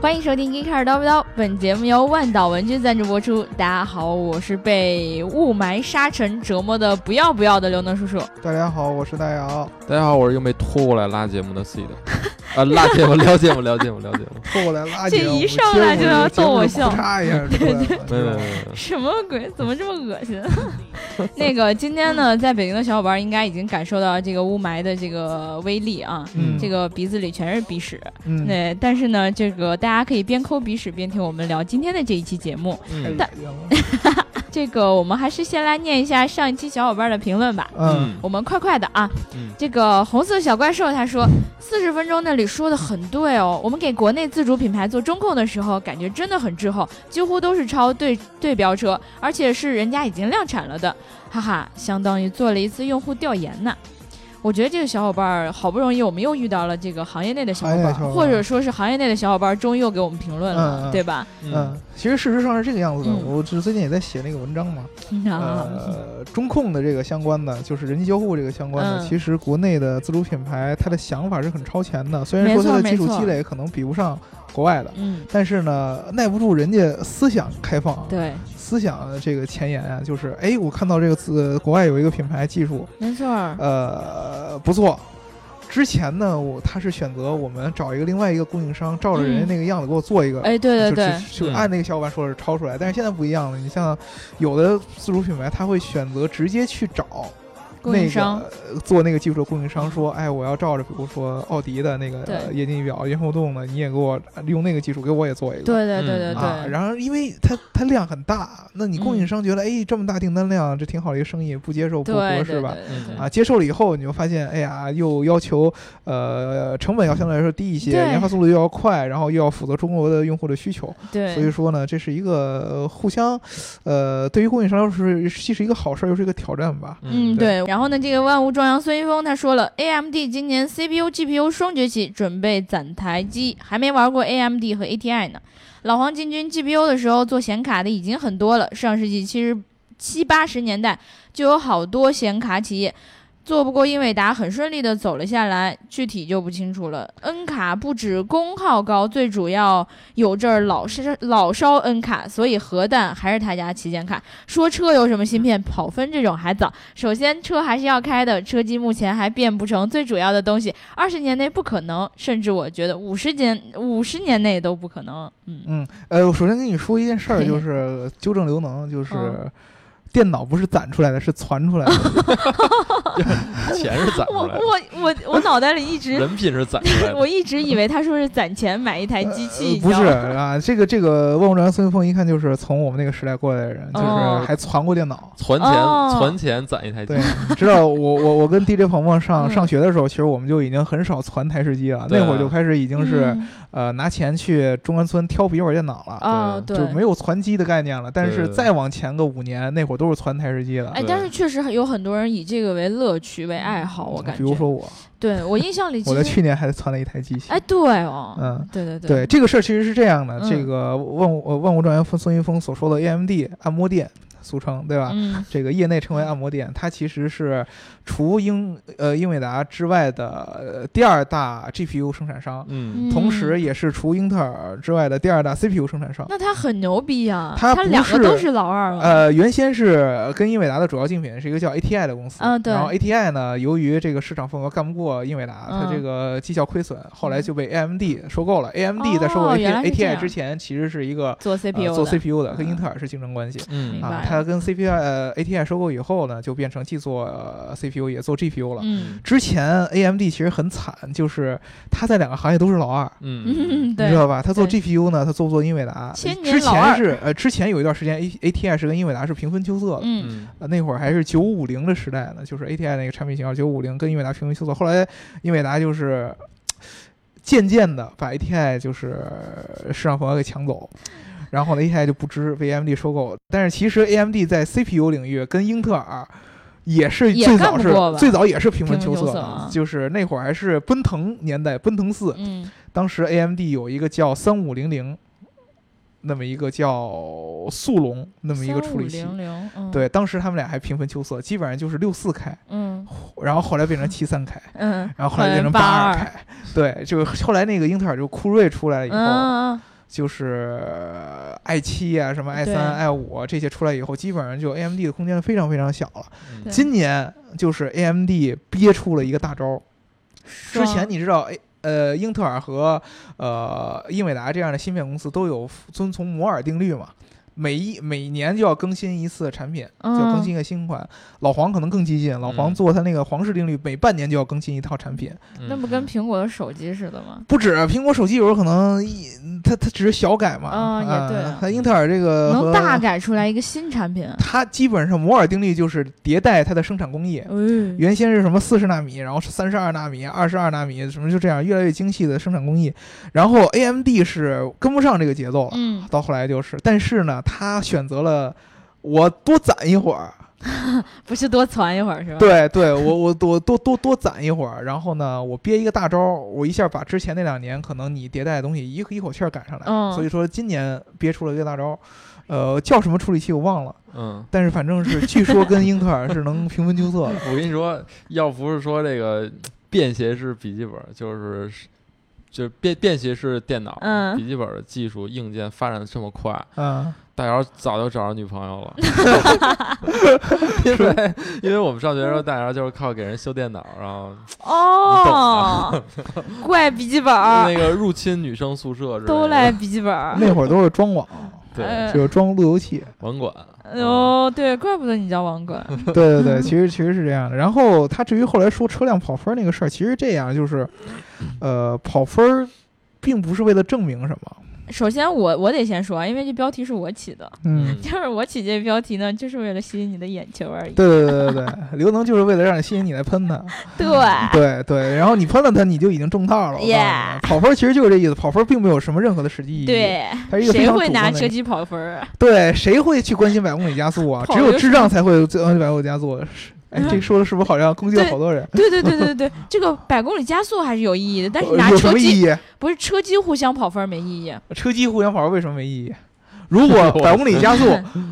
欢迎收听《一开始叨不叨》，本节目由万岛文具赞助播出。大家好，我是被雾霾沙尘折磨的不要不要的刘能 叔叔。大家好，我是大姚，大家好，我是又被拖过来拉节目的 C 的，啊，拉节目，聊节目，聊节目，聊节目，凑过来拉这姐，一上来就要逗我笑咔一下出 来了，没有没有没有没有，什么鬼？怎么这么恶心？啊 那个今天呢，在北京的小伙伴应该已经感受到这个雾霾的这个威力啊，嗯这个鼻子里全是鼻屎。嗯，对，但是呢，这个大家可以边抠鼻屎边听我们聊今天的这一期节目。嗯但太恶心了这个我们还是先来念一下上一期小伙伴的评论吧。嗯，我们快快的啊！嗯这个红色小怪兽他说，四十分钟那里说的很对哦。我们给国内自主品牌做中控的时候，感觉真的很滞后，几乎都是超对对标车，而且是人家已经量产了的，哈哈，相当于做了一次用户调研呢。我觉得这个小伙伴儿好不容易，我们又遇到了这个行业内的小伙伴行业儿，哎内小伙伴儿或者说是行业内的小伙伴儿，终于又给我们评论了，嗯嗯对吧？嗯，其实事实上是这个样子的，嗯我这最近也在写那个文章嘛，啊，嗯呃，中控的这个相关的，就是人机交互这个相关的，嗯其实国内的自主品牌它的想法是很超前的，虽然说它的没错技术没错积累可能比不上国外 的。嗯，但是呢，耐不住人家思想开放啊，对，思想的这个前沿啊，就是哎，我看到这个字，国外有一个品牌技术，没错儿，呃，不错。之前呢，我他是选择我们找一个另外一个供应商，照着人家那个样子给我做一个，嗯哎，对对呃就对，就就嗯按那个小伙伴说的抄出来。但是现在不一样了，你像有的自主品牌，他会选择直接去找供那应商。个呃做那个技术的供应商，说，哎，我要照着比如说奥迪的那个对呃液晶仪表、圆活动的，你也给我用那个技术给我也做一个。对对对对嗯嗯对，啊，然后因为它它量很大，那你供应商觉得，哎，这么大订单量，这挺好的一个生意，不接受不对合对适对吧？对对啊，接受了以后，你就发现，哎呀，又要求呃成本要相对来说低一些，对研发速度又要快，然后又要符合中国的用户的需求，对，所以说呢，这是一个、呃互相，呃，对于供应商来说是既是一个好事儿，又是一个挑战吧。嗯，嗯，对。然后呢，这个万物壮阳孙一峰他说了，AMD 今年 CPU、GPU 双崛起，准备攒台机，还没玩过 AMD 和 ATI 呢。老黄进军 GPU 的时候，做显卡的已经很多了。上世纪其实七八十年代就有好多显卡企业。做不过英伟达，很顺利的走了下来，具体就不清楚了。N 卡不止功耗高，最主要有阵儿老烧老烧 N 卡，所以核弹还是他家旗舰卡。说车有什么芯片跑分这种还早，首先车还是要开的，车机目前还变不成最主要的东西，二十年内不可能，甚至我觉得五十年五十年内都不可能。嗯，嗯，呃，我首先跟你说一件事儿，嘿就是呃纠正刘能，就是。嗯电脑不是攒出来的，是攒出来 的。钱是攒我出来的，我我我脑袋里一直人品是攒出来的，我一直以为他说是攒钱买一台机器，呃你知不道是吗啊，这个这个万物传孙峰一看就是从我们那个时代过来的人，就是哦还攒过电脑。存哦钱存钱攒一台机对，，你 知道我我我跟 DJ 鹏鹏上嗯上学的时候，其实我们就已经很少攒台式机了，对啊那会儿就开始已经是嗯呃拿钱去中关村挑笔记本电脑了。哦对对就。没有攒机的概念了，但对是对对再往前个五年，那会儿都是攒台式机的。哎，对但是确实有很多人以这个为乐趣、为爱好，我感觉。嗯比如，说我，对我印象里，其我在实，去年还攒了一台机器。哎，对哦，嗯，对对对，对，这个事儿其实是这样的，嗯这个万物呃万物状元孙孙云峰所说的 AMD 按摩店，俗称对吧？嗯，这个业内称为按摩店，它其实是除英呃英伟达之外的呃第二大 GPU 生产商，嗯，同时嗯，也是除英特尔之外的第二大 CPU 生产商。那他很牛逼呀，他不两个是都是老二了，呃，原先是跟英伟达的主要竞品是一个叫 ATI 的公司，啊对然后 ATI 呢，由于这个市场份额干不过英伟达，嗯它这个绩效亏损，后来嗯就被 AMD 收购了。AMD 在收购哦原来是 AT, 这样 ATI 之前，其实是一个做呃 CPU 做的 CPU 的，跟嗯英特尔是竞争关系。嗯明白啊，了它跟 CPU 呃 ATI 收购以后呢，就变成既做、呃 CPU 也做 GPU 了。嗯之前 AMD 其实很惨，就是它在两个行业都是老二，嗯，嗯，你知对，道吧？它做对 GPU 呢，它做不做英伟达？千年之老二前是呃，之前有一段时间 A ATI 是跟英伟达是平分秋色的。嗯嗯呃，那会儿还是九五零的时代呢，就是 ATI 那个产品型号九五零跟英伟达平分秋色。后来英伟达就是渐渐的把 ATI 就是市场份额给抢走，然后呢 ATI 就不知被 AMD 收购。但是其实 AMD 在 CPU 领域跟英特尔也是也最干早不是过吧最早也是平分平秋分秋色色的啊就是那会儿还是奔腾年代，奔腾四，嗯，当时 AMD 有一个叫三五零零。那么一个叫速龙，那么一个处理器， 3500，嗯，对，当时他们俩还平分秋色，基本上就是六四开，嗯然后后来变成七三开，嗯，然后后来变成八八二开，对，就是后来那个英特尔就酷睿出来了以后，嗯，嗯就是呃 i 七啊、什么 i 三、i 五啊这些出来以后，基本上就 AMD 的空间非常非常小了。对今年就是 AMD 憋出了一个大招儿，之前你知道，哎呃，英特尔和呃英伟达这样的芯片公司都有遵从摩尔定律嘛，每一每年就要更新一次产品，嗯就要更新一个新款。老黄可能更激进，老黄嗯做他那个皇室定律，每半年就要更新一套产品。那不嗯跟苹果的手机似的吗？不止啊苹果手机有时候可能一嗯它它只是小改嘛，啊也对啊它英特尔这个能呃和大改出来一个新产品？啊它基本上摩尔定律就是迭代它的生产工艺。哎，原先是什么四十纳米，然后是三十二纳米、二十二纳米，什么就这样越来越精细的生产工艺。然后 AMD 是跟不上这个节奏了，嗯，到后来就是，但是呢，他选择了我多攒一会儿，不是多攒一会儿是吧？ 对对，我我我多多多攒一会儿，然后呢，我憋一个大招儿，我一下把之前那两年可能你迭代的东西一一口气儿赶上来，嗯所以说今年憋出了一个大招儿，呃，叫什么处理器我忘了，嗯，但是反正是据说跟英特尔是能平分秋色的。我跟你说，要不是说这个便携式笔记本，就是就是便便携式电脑、嗯笔记本的技术硬件发展的这么快，嗯，大姚早就找着女朋 友了，因为 因为我们上学的时候，大姚就是靠给人修电脑，然后哦，怪笔记本啊儿那个入侵女生宿舍之类的都赖笔记本儿。那会儿都是装网，对呃就是装路由器。网管，嗯哦，对，怪不得你叫网 管。对对对，其实其实是这样的。然后他至于后来说车辆跑分儿那个事儿，其实这样就是，呃，跑分儿并不是为了证明什么，首先我，我得先说啊，因为这标题是我起的，嗯嗯，就是我起这标题呢，就是为了吸引你的眼球而已。对对对对对，刘能就是为了让你吸引你来喷他， 对，对对，然后你喷了他，你就已经中套了。我告诉你 Yeah 跑分儿其实就是这意思，跑分儿并没有什么任何的实际意义。，对，它是一个非谁常会主拿观的车机跑分 儿啊？对，谁会去关心百公里加速啊？跑只就有是智障才会最关心百公里加速。是，哎，这说的是不是好像攻击了对好多人？对对对对 对，这个百公里加速还是有意义的，但是拿有什车么意机义？不是车机互相跑分儿没意义。啊车机互相跑为什么没意义？如果百公里加速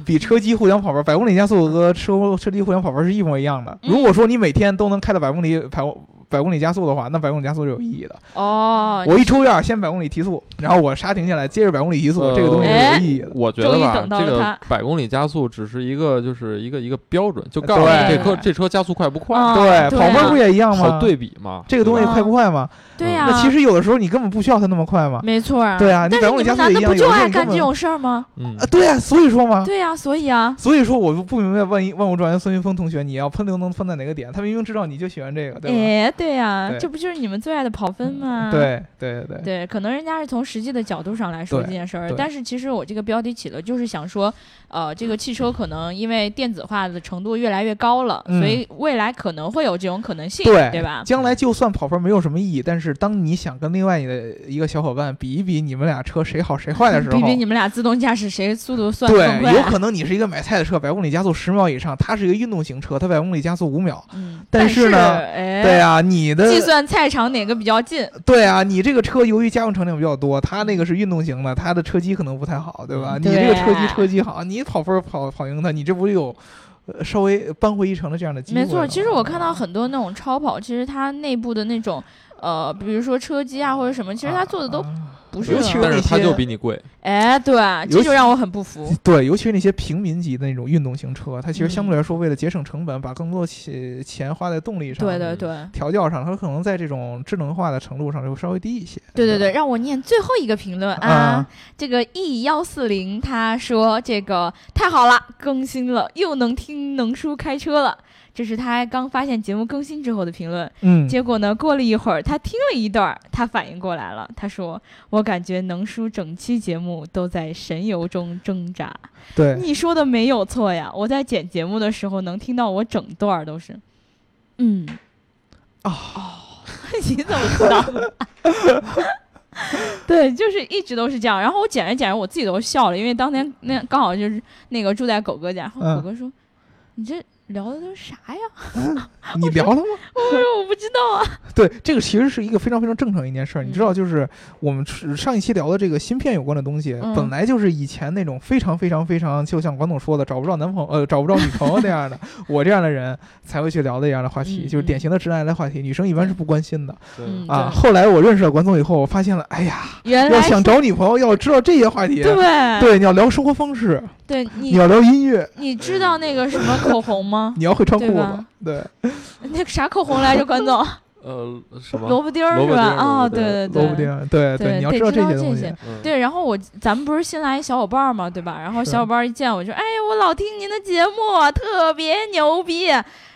比车机互相跑分，百公里加速和车车机互相跑分是一模一样的。嗯如果说你每天都能开到百公里百百公里加速的话，那百公里加速是有意义的。哦，我一出院先百公里提速，然后我刹停下来接着百公里提速，呃这个东西哎是有意义的。我觉得终于吧等，到了这个他百公里加速只是一个，就是一个一个标准，就告诉你对这车这车加速快不快，啊对，对跑啊哦分不也一样吗？好，对比嘛。这个东西啊对吧快不快嘛？对呀、嗯那其实有的时候你根本不需要它那么快嘛。没错啊。对啊你但百是公里你加们速也难一道不样就有的时候爱你干根这本种事儿吗？嗯啊，，对呀、所以说嘛。对呀、所以啊，所以说，我就不明白，万一万物状元孙云峰同学，你要喷刘能喷在哪个点？他明明知道你就喜欢这个，对吧？哎，对呀、对这不就是你们最爱的跑分吗？。对对对对，对，可能人家是从实际的角度上来说对这件事儿，对但是其实我这个标题起的就是想说，呃，这个汽车可能因为电子化的程度越来越高了，嗯所以未来可能会有这种可能性，对吧？将来就算跑分没有什么意义，但是当你想跟另外你的一个小伙伴比一比你们俩车谁好谁坏的时嗯候，比比你们俩自动驾驶谁速度算更快？对，有可能你是一个买菜的车，百公里加速十秒以上，它是一个运动型车，它百公里加速五秒。嗯，但是是呢哎，对啊，你的计算菜场哪个比较近？对啊，你这个车由于家用场景比较多，它那个是运动型的，它的车机可能不太好，对吧？嗯你这对个车机车机好，你跑分跑跑赢它，你这不是有呃稍微扳回一城的这样的机会没了吗？嗯啊错，其实我看到很多那种超跑，其实它内部的那种。呃，比如说车机啊或者什么，其实它做的都啊啊不是尤很其是好。但是它那些就比你贵。哎，对，尤这其就让我很不服。对，尤其是那些平民级的那种运动型车，它其实相嗯对来说为了节省成本，把更多钱钱花在动力上、对对对，调教上，它可能在这种智能化的程度上就稍微低一些。对对对对，让我念最后一个评论啊啊。这个 E 幺四零他说这个太好了，更新了，又能听能叔开车了。这是他刚发现节目更新之后的评论。嗯，结果呢，过了一会儿，他听了一段儿，他反应过来了，他说：“我感觉能叔整期节目都在神游中挣扎。” 对，你说的没有错呀，我在剪节目的时候能听到我整段儿都是，嗯，啊 你怎么知道的？对，就是一直都是这样。然后我剪着剪着，我自己都笑了，因为当天那刚好就是那个住在狗哥家，然后嗯狗哥说：“你这聊的都是啥呀你聊了吗？？”我说：“我不知道啊。 对，这个其实是一个非常非常正常一件事儿。你知嗯道，就是我们是上一期聊的这个芯片有关的东西，嗯本来就是以前那种非常非常非常，就像管总说的，找不着男朋友，呃，找不着女朋友那样的， 我这样的人才会去聊的这样的话题，嗯就是典型的直男癌的话题，女生一般是不关心的对嗯啊。对后来我认识了管总以后，我发现了，哎呀，原要来想找女朋友，要知道这些话题。对对，你要聊生活方式，对你你要聊音乐，你知道那个什么口红吗？ 你要会穿裤对子吧。对，那个啥口红来着，管总？呃，什么？萝卜丁儿萝是卜吧？丁儿啊，萝卜丁对儿对对。萝卜丁，对对你要得知道知这道些这东西些。嗯，对，然后我咱们不是新来一小伙伴儿嘛，对吧？然后是小伙伴儿一见我就哎，我老听您的节目，特别牛逼。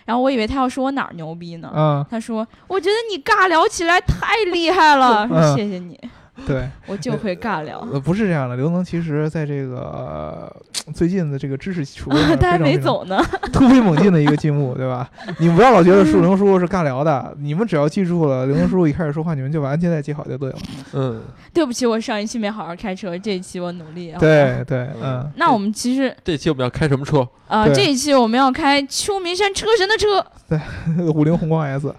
然后我以为他要说我哪儿牛逼呢，嗯，他说我觉得你尬聊起来太厉害了，说嗯谢谢你，对，我就会尬聊。呃，不是这样的。刘能其实在这个、呃最近的这个知识储备上他还啊非常没非常走呢， 突飞猛进的一个进步，对吧？ 你不要老觉得树能叔叔是尬聊的，你们只要记住了刘能叔叔一开始说话，你们就把安全带系好就对了。嗯，对不起，我上一期没好好开车，这一期我努力。好吧。对对，嗯嗯，那我们其实这期我们要开什么车？呃，对这一期我们要开秋名山车神的车，嗯五菱宏光 S，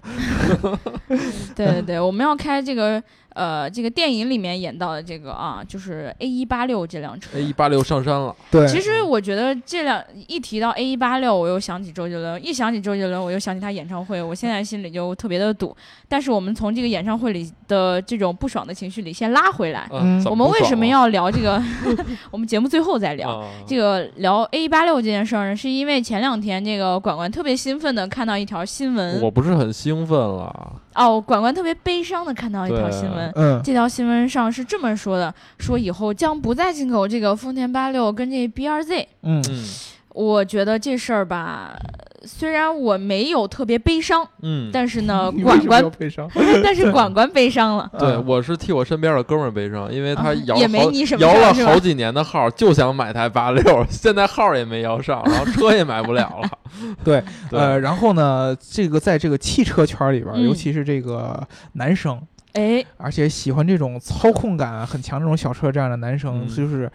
对对对，我们要开这个呃，这个电影里面演到的这个啊，就是 A 一八六这辆车。哎，一八六上山了，对，其嗯实我觉得这辆一提到 A 一八六，我又想起周杰伦；一想起周杰伦，我又想起他演唱会。我现在心里就特别的堵。但是我们从这个演唱会里的这种不爽的情绪里先拉回来，嗯嗯，怎我么们不为爽什么 啊要聊这个？ 我们节目最后再聊。哦啊这个聊 A 一八六这件事儿呢，是因为前两天这个管管特别兴奋的看到一条新我闻，不是很兴奋了，哦，管管特别悲伤的看到一条对新闻，嗯，这条新闻上是这么说的：说以后将不再进口这个丰田八六跟这 BRZ。嗯嗯嗯我觉得这事儿吧，虽然我没有特别悲伤，嗯，但是 呢，你为呃管什么要管，悲伤？但是管管悲伤了。对，嗯。我是替我身边的哥们儿悲伤，因为他啊摇也了没好你什么摇事儿了是吧好几年的号，就想买台八六，现在号也没摇上，然后车也买不了了 对，对，呃，然后呢，这个在这个汽车圈里边儿，嗯尤其是这个男生，哎，而且喜欢这种操控感很强这种小车这样的男生，嗯就是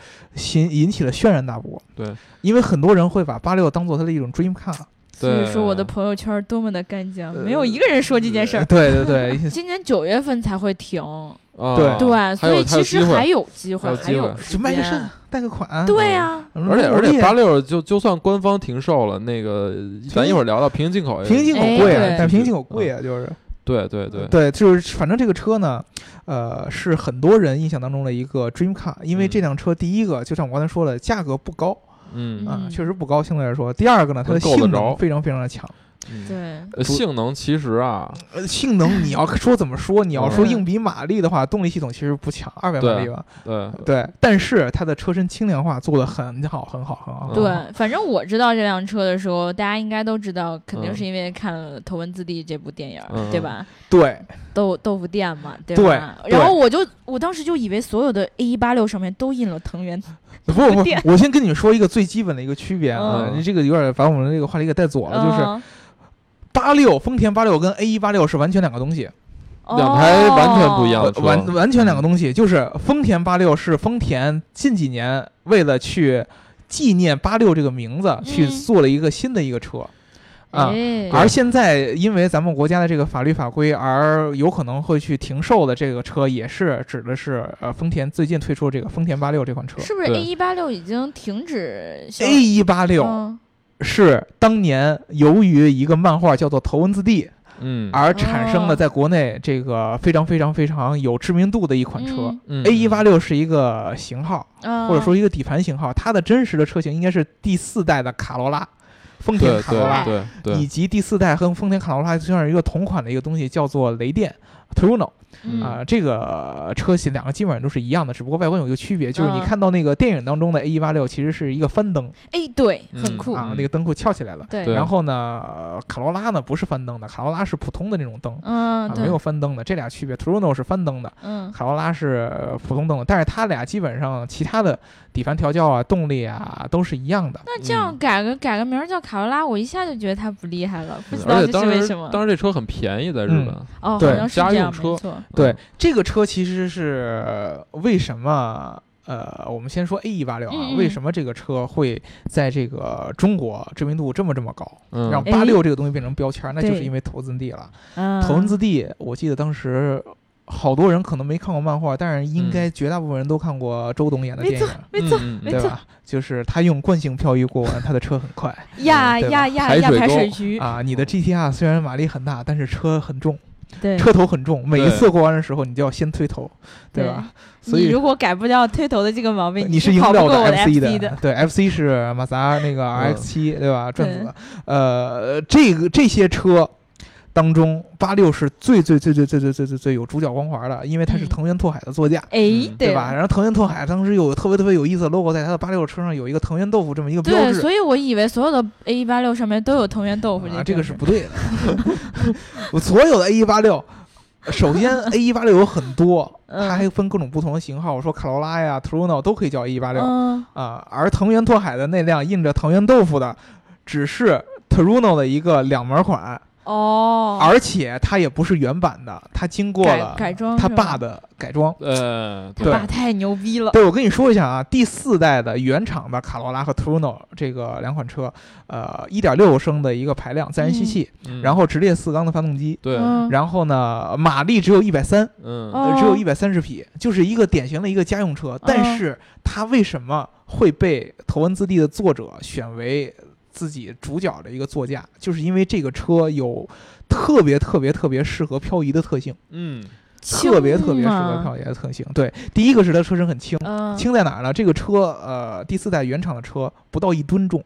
引引起了轩然大波。对，因为很多人会把八六当做他的一种 dream car。所以说我的对朋友圈多么的干净，呃没有一个人说这件哎事儿。对对对，今年九月份才会停，啊对对，还所以有其实还还有机有机还会，有机还有会时 就卖个间肾，贷个款。啊对呀，嗯会，而且而且八八六就就算官方停售了，那个咱一会儿聊到平行进口也，嗯平行进口哎贵啊，对但平行进口贵啊，就是对对对，就是反正这个车呢，呃，是很多人印象当中的一个 dream car，因为嗯这辆车第一个就像我刚才说的，价格不高嗯，啊，嗯确实不高，相对来说。第二个呢，它的能够得性能着非常非常的强，嗯对，呃性能其实啊，呃，性能你要说怎么说，你要说嗯硬比马力的话，动力系统其实不强，二百马力吧。对，对，但是它的车身轻量化做的很好，很好，很好。很好，对，反正我知道这辆车的时候，大家应该都知道，肯定嗯是因为看了《头文字 D》这部电影儿，嗯对吧？对，豆豆腐店嘛，对对吧？对然后我就我当时就以为所有的 A 一八六上面都印了藤原，不不电，我先跟你们说一个最基本的一个区别啊，嗯你这个有点把我们这个话题给带左了，就是嗯八六丰田八六跟 A 一八六是完全两个东西，嗯两台完全不一样哦呃的车完完全两个东西，就是丰田八六是丰田近几年为了去纪念八六这个名字去嗯做了一个新的一个车。啊，哎，而现在，因为咱们国家的这个法律法规，而有可能会去停售的这个车，也是指的是呃丰田最近推出这个丰田八六这款车。是不是对哎 A 一八六已经停止销 A 一八六嗯是当年由于一个漫画叫做《头文字 D》嗯而产生哦的，在国内这个非常非常非常有知名度的一款车。嗯 A 一八六是一个型号，嗯，或者说一个底盘型号，它的真实的车型应该是第四代的卡罗拉，丰田对卡罗拉对。对以对，及第四代和丰田卡罗拉算是一个同款的一个东西，叫做雷电 Turuno 嗯啊、嗯这个车型两个基本上都是一样的，只不过外观有一个区别，就是你嗯看到那个电影当中的 A 一八六其实是一个翻灯哎，对，嗯很酷，啊，嗯那个灯库翘起来了。对对啊然后呢，呃卡罗拉呢不是翻灯的，卡罗拉是普通的那种灯，嗯，啊，对没有，翻灯的，这俩区别。Turuno 是翻灯的，嗯卡罗拉是呃普通灯的，但是它俩基本上其他的底盘调教啊、动力啊都是一样的。那这样嗯改个改个名儿叫卡罗拉，我一下就觉得它不厉害了，不知道而且这当是为时什么。当时这车很便宜，在日嗯本，哦，好对像是家这用样，没车错。对，这个车其实是为什么呃，我们先说 A 一八六啊，嗯嗯为什么这个车会在这个中国知名度这么这么高？嗯，让哎八六这个东西变成标签儿，那就是对因为投资地了。嗯，投资地，我记得当时好多人可能没看过漫画，但是应该绝大部分人都看过周董演的嗯没电影错，没错嗯嗯没对错吧？就是他用惯性漂移过弯，他的车很快压对吧压压嗯排压水排沟水渠，啊。你的 GTR 虽然马力很大，但是车很重，对，车头很重，每一对次过弯的时候你就要先推头，对吧？所你以如果改不掉推头的这个毛病，呃你是赢跑不不了过我 FC FC 的，对，FC 是马自达那个嗯 RX 七，对吧？转对子，呃，这个这些车当中，八六是最最最最最最最最最有主角光环的，因为它是嗯藤原拓海的座驾，哎嗯，对吧？吧？然后藤原拓海当时有特别特别有意思的 logo，在他的八六车上有一个藤原豆腐这么一个标对，志。所以我以为所有的 A 一八六上面都有藤原豆腐啊，这这个个是不对的。 我所有的 A 一八六，首先 A 一八六有很多，嗯它还分各种不同的型号，说卡罗拉呀、Turismo 都可以叫 A 一八六。嗯，啊、而藤原拓海的那辆印着藤原豆腐的，只是 Teruno 的一个两门款，哦，而且它也不是原版的，它经过改了改装他是吧爸的改装。呃，他对爸太牛逼了，对，我跟你说一下啊，第四代的原厂的卡罗拉和 Turuno 这个两款车，呃，一点六升的一个排量自然吸气，嗯然后直列四缸的发动机，对，嗯然后呢，马力只有一百三，嗯哦哦呃只有一百三十匹，就是一个典型的一个家用车。但是它为什么会被《头文字 D》的作者选为自己主角的一个座驾？就是因为这个车有特别特别特别适合漂移的特性，嗯特别特别适轻合嘛漂移的特性。对，第一个是它车身很轻，嗯，轻在哪儿呢？这个车呃，第四代原厂的车不到一吨重，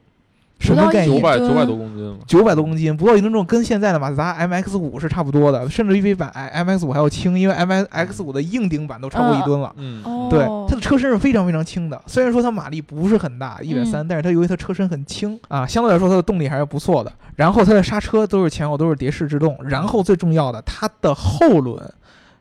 什不么到概一念九？百吨九百多公斤嘛，九百多公斤，不到一吨重，跟现在的马自达 MX 五是差不多的，甚至于比版 MX 五还要轻，嗯因为 MX 五的硬顶版都超过一吨了。嗯，哦，对，它的车身是非常非常轻的，虽然说它马力不是很大，一百嗯三，但是它由于它车身很轻啊，相对来说它的动力还是不错的。然后它的刹车都是前后都是碟式制动，然后最重要的，它的后轮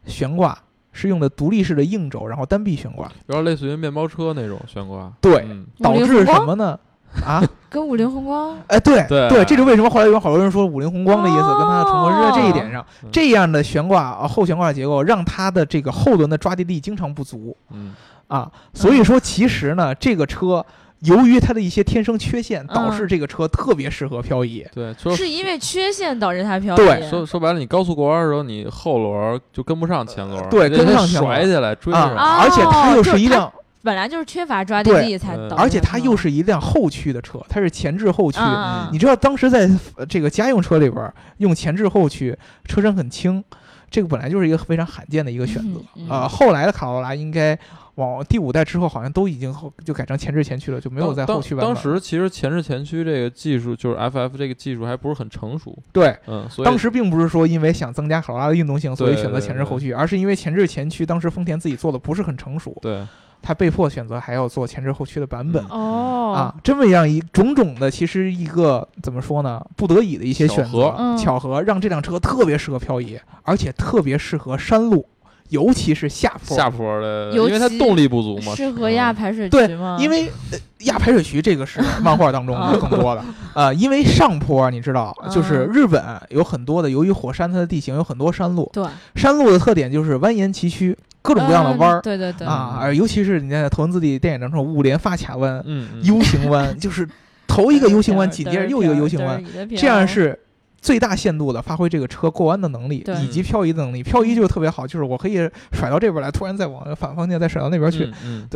悬挂是用的独立式的硬轴，然后单臂悬挂，有点类似于面包车那种悬挂，对嗯五导菱致宏什光么呢？啊，跟五菱宏光哎，对对这就为什么后来有好多人说五菱宏光的意思跟它的重合是在这一点上。嗯这样的悬挂啊后悬挂结构，让它的这个后轮的抓地力经常不足嗯啊。所以说，其实呢，这个车由于它的一些天生缺陷，导致这个车特别适合漂移。对，说是因为缺陷导致它漂移，对说说白了，你高速过弯的时候，你后轮儿就跟不上前轮儿，呃对你得跟不上前轮儿甩起来追上，啊啊，而且它又是一辆，本来就是缺乏抓地力才对导致，而且它又是一辆后驱的车，它是前置后驱。啊，你知道当时在呃这个家用车里边儿用前置后驱，车身很轻，这个本来就是一个非常罕见的一个选择嗯。嗯呃，后来的卡罗拉应该往第五代之后，好像都已经后就改成前置前驱了，就没有在当后驱版本了。当当时其实前置前驱这个技术，就是 FF 这个技术还不是很成熟，对。嗯，所以当时并不是说因为想增加卡罗拉的运动性，所以对选择前置后驱，而是因为前置前驱当时丰田自己做的不是很成熟，对他被迫选择还要做前置后驱的版本、哦啊。这么样一种种的，其实一个怎么说呢，不得已的一些选巧择合，嗯巧合让这辆车特别适合漂移，而且特别适合山路，尤其是下坡。下坡的，尤因为它其动力不足嘛，适合压嗯排水对渠吗？因为呃压排水渠这个是漫画当中 的更多的，呃，因为上坡你知道，就是嗯日本有很多的，由于火山它的地形有很多山路，对山路的特点就是蜿蜒崎岖，各各种各样的弯儿、对对嗯对啊，而尤其是你在《头文字 D》电影当中，五连发卡弯、嗯，嗯 U 型弯，就是头一个 U 型弯，紧接着又一个 U 型弯，，这样是最大限度的发挥这个车过弯的能力对以及漂移的能力。漂移就是特别好，就是我可以甩到这边来，突然再往反方向再甩到那边去。嗯，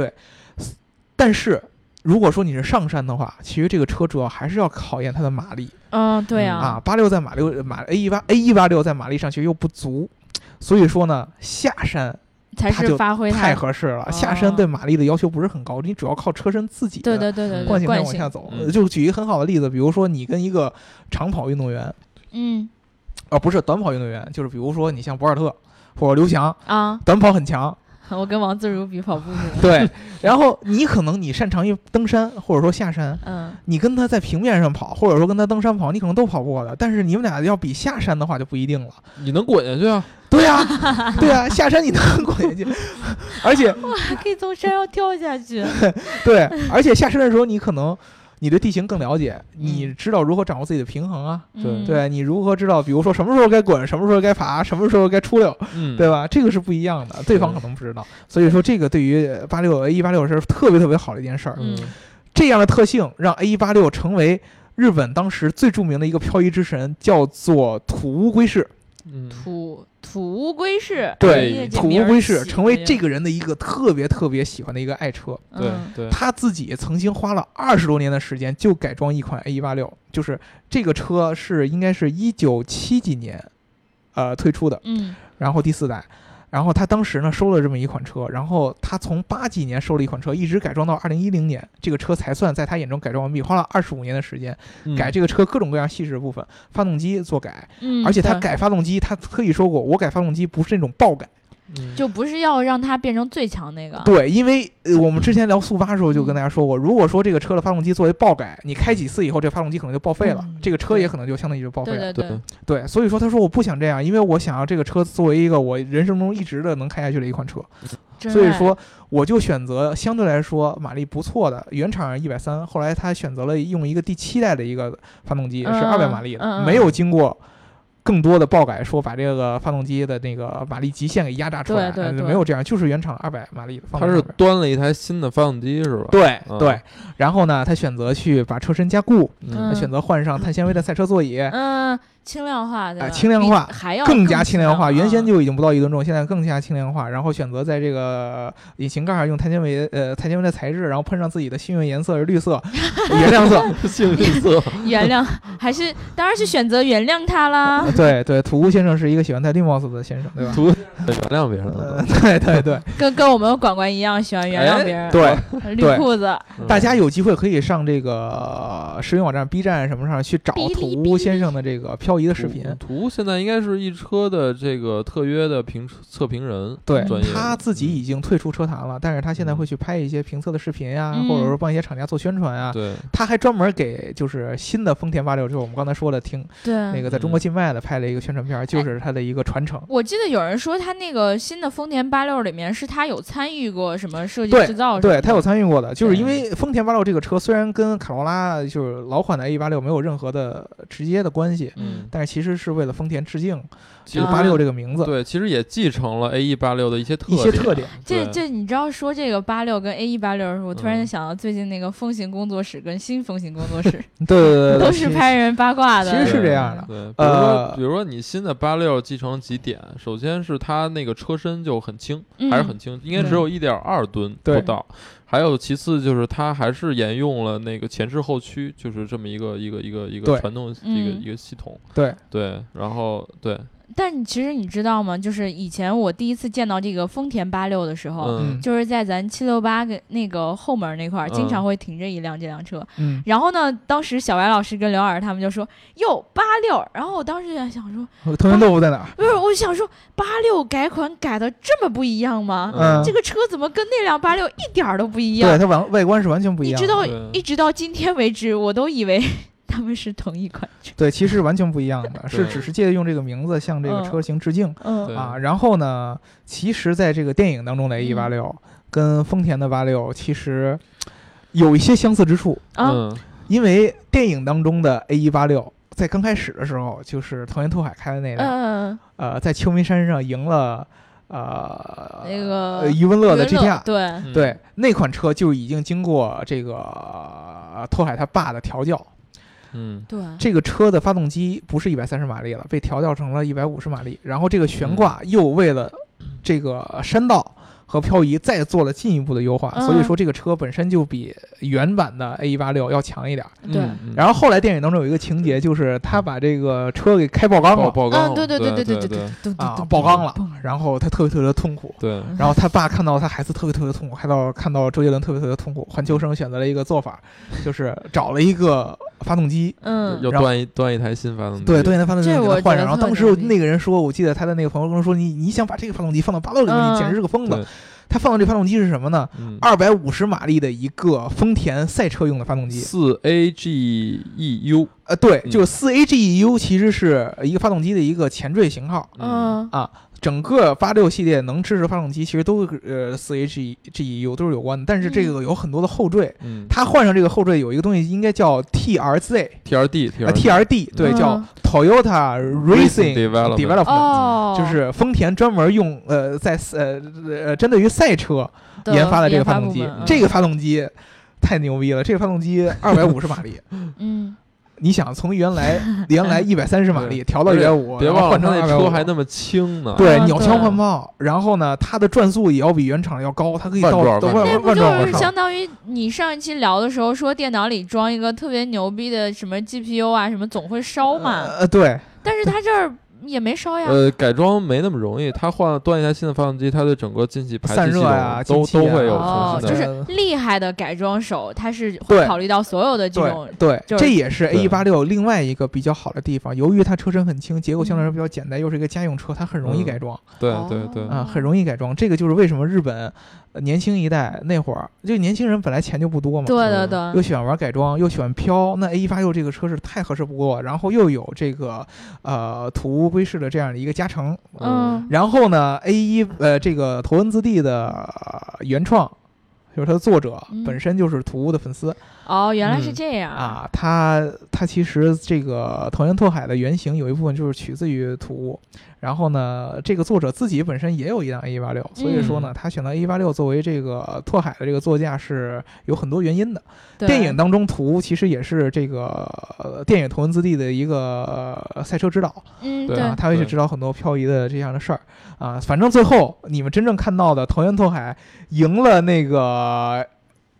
但是如果说你是上山的话，其实这个车主要还是要考验它的马力嗯，对嗯啊。八六在马六马 A 一八 A 一八六在马力上其实又不足，所以说呢，下山才它是就发挥它太合适了。下山对马力的要求不是很高，你主要靠车身自己对的对对对对惯性再惯往下走。呃嗯就举一个很好的例子，比如说你跟一个长跑运动员，嗯啊，不是短跑运动员，就是比如说你像博尔特或者刘翔，啊， 短跑很强，我跟王自如比跑步去了，对。然后你可能你擅长于登山或者说下山，嗯你跟他在平面上跑，或者说跟他登山跑，你可能都跑不过的。但是你们俩要比下山的话就不一定了。你能滚下 去啊？对呀、对呀、下山你能滚下去，而且还可以从山上跳下去，对，而且下山的时候你可能你对地形更了解，你知道如何掌握自己的平衡啊。对嗯对你如何知道，比如说什么时候该滚，什么时候该爬，什么时候该出溜，嗯，对吧？这个是不一样的，对方可能不知道。所以说，这个对于八六 A 一八六是特别特别好的一件事儿。嗯嗯这样的特性让 A 一八六成为日本当时最著名的一个漂移之神，叫做土屋圭市。嗯，土土乌龟市，对哎呀这土名屋儿圭起市的成为呀这个人的一个特别特别喜欢的一个爱车。对嗯对，他自己曾经花了二十多年的时间就改装一款 A 一八六，就是这个车是应该是一九七几年，呃推出的，嗯然后第四代，然后他当时呢收了这么一款车，然后他从八几年收了一款车，一直改装到二零一零年，这个车才算在他眼中改装完毕，花了二十五年的时间嗯改这个车各种各样细致的部分，发动机做改，嗯，而且他对改发动机，他特意说过，我改发动机不是那种爆改。啊嗯就不是要让它变成最强那个，对，因为呃，我们之前聊速八的时候嗯就跟大家说过，如果说这个车的发动机作为爆改，你开几次以后，这发动机可能就报废了，嗯这个车也可能就相当于就报废对了。对对，对所以说他说我不想这样，因为我想要这个车作为一个我人生中一直的能开下去的一款车，真所以爱说我就选择相对来说马力不错的，原厂一百三，后来他选择了用一个第七代的一个发动机，是嗯二百马力的，嗯嗯没有经过。更多的爆改说把这个发动机的那个马力极限给压榨出来，对对呃对没有这样，就是原厂二百马力的发他动机。是端了一台新的发动机是吧？对嗯对，然后呢，他选择去把车身加固，嗯他选择换上碳纤维的赛车座椅，嗯，轻量化对吧？哎轻量化比还要更加轻量化。原先啊就已经不到一吨重，现在更加轻量化。然后选择在这个引擎盖上用碳纤维呃碳纤维的材质，然后喷上自己的幸运颜色是 绿色，原谅色。 幸运 色，原谅，还是当然是选择原谅他啦。 呃对对，土屋先生是一个喜欢戴绿帽子的先生，对吧？图嗯原谅别人呃了，对对 对，跟跟我们管管一样，喜欢原谅别人。对，嗯绿哎对裤子，都大家有机会可以上这个视频网站、B 站什么上去找哔哩土哔屋哩先生的这个漂移的视图频。图现在应该是一车的这个特约的评测评人，对专业嗯他的自己已经退出车坛了，但是他现在会去拍一些评测的视频呀，嗯或者说帮一些厂家做宣传啊。对他还专门给就是新的丰田八六，就是我们刚才说的听对。那个在中国境外的拍了一个宣传片，哎就是他的一个传承。我记得有人说他那个新的丰田八六里面是他有参与过什么设计对制造什么的，对他有参与过的，就是哦对因为丰田八六这个车虽然跟卡罗拉就是老款的 A 八六没有任何的直接的关系，嗯但是其实是为了丰田致敬其这实个啊八六这个名字、对，其实也继承了 A E 八六的一些特一些特点。这对这你知道说这个八六跟 A 一八六的时候，我突然嗯想到最近那个风行工作室跟新风行工作室对对 对对，嗯都是拍人八卦的，嗯其实是这样的对，比如说呃，比如说你新的八六继承了几点？首先是它那个车身就很轻，嗯还是很轻，应该只有一点二吨不对到。还有其次就是它还是沿用了那个前置后驱，就是这么一个一个一个一个对传统一个嗯一个系统。对对，然后对，但你其实你知道吗？就是以前我第一次见到这个丰田八六的时候，嗯嗯就是在咱七六八跟那个后门那块儿，经嗯常会停着一辆这辆车。嗯，然后呢，当时小白老师跟刘老师他们就说：“哟，八六。”然后我当时就在想说，通心豆腐在哪儿？不是，我想说八六改款改的这么不一样吗？嗯，这个车怎么跟那辆八六一点儿都不一对样？它完外观是完全不一你样的。知道对，一直到今天为止，我都以为 他们是同一款 车。对，其实是完全不一样的，是对只是借用这个名字向这个车型致敬、嗯对啊。然后呢，其实在这个电影当中的 A 八六跟丰田的八六其实有一些相似之处，啊，嗯因为电影当中的 A 一八六在刚开始的时候就是藤原拓海开的那嗯辆，嗯，呃，在秋名山上赢了呃那个呃余文乐的娱乐 GTR，对，嗯对，那款车就已经经过这个呃拓海他爸的调教。嗯对，这个车的发动机不是一百三十马力了，被调教成了一百五十马力，然后这个悬挂嗯又为了这个山道和漂移再做了进一步的优化，嗯所以说这个车本身就比原版的 A 一八六要强一点。对嗯嗯然后后来电影当中有一个情节，就是他把这个车给开爆缸爆了爆缸嗯，了，对对对对对对对对啊对，，爆缸了砰，然后他特别特别的痛苦。对，然后他爸看到他孩子特别特别痛苦，看到看到周杰伦特别特别痛苦，环球生选择了一个做法，就是找了一个发动机，嗯，要然后端一端一台新发动机，对，对，那发动机这给我觉得他换上。然后特当时牛我逼那个人说，我记得他的那个朋友跟我说，你你想把这个发动机放到八六里面，嗯你简直是个疯对子。他放的这发动机是什么呢？嗯，二百五十马力的一个丰田赛车用的发动机。四 A G E U，呃，对，嗯就是四 AGEU，其实是一个发动机的一个前缀型号。嗯，啊，整个八六系列能支持发动机，其实都是呃四 H G E U 都是有关的，但是这个有很多的后缀，嗯它换上这个后缀有一个东西应该叫 T R Z ，T R D 啊 T R D，对，嗯叫 Toyota Racing Development Development，哦，就是丰田专门用呃在呃呃针对于赛车的研发的这个发部动机门，嗯这个发动机太牛逼了，这个发动 机二百五十马力。呃嗯，你想从原 来原来一百三十马力调到一而且百五，别然后忘了换成它那250车还那么轻呢，对啊鸟对枪换炮，然后呢，它的转速也要比原厂要高，它可以万到转到万万那万不万转就往是上相。当于你上一期聊的时候说电脑里装一个特别牛逼的什么 GPU 啊，什么总会烧嘛？呃，对，但是它这儿也没烧呀。呃，改装没那么容易，它换端一台新的发动机，它对整个进气排散气系热统呀都进气都呀会有哦重，就新的。是厉害的改装手，他是会嗯对考虑到所有的这对种，对，就是这也是 A 1对8 6另外一个比较好的地方。由于它车身很轻，结构相对嗯来说比较简单，又是一个家用车，它很容易嗯改装对哦对对，啊，很容易改装。这个就是为什么日本呃年轻一代那会儿，就年轻人本来钱就不多嘛，对对嗯对又，喜欢玩改装，又喜欢飘，那 A 1 8 6这个车是太合适不过，然后又有这个呃土屋圭市的这样的一个加成，嗯，然后呢，A 一呃，这个头文字 D 的、呃原创，就是它的作者、嗯本身就是土屋的粉丝哦，原来是嗯这样，啊。他他其实这个藤原拓海的原型有一部分就是取自于土屋，然后呢，这个作者自己本身也有一辆 A 1 8 6所以说呢，他选择 A 1 8 6作为这个拓海的这个座驾是有很多原因的。对电影当中，土屋其实也是这个、呃电影头文字 D 的一个、呃赛车指导。嗯，对啊对，他会去对知道很多漂移的这样的事儿啊。反正最后你们真正看到的藤原拓海赢了那个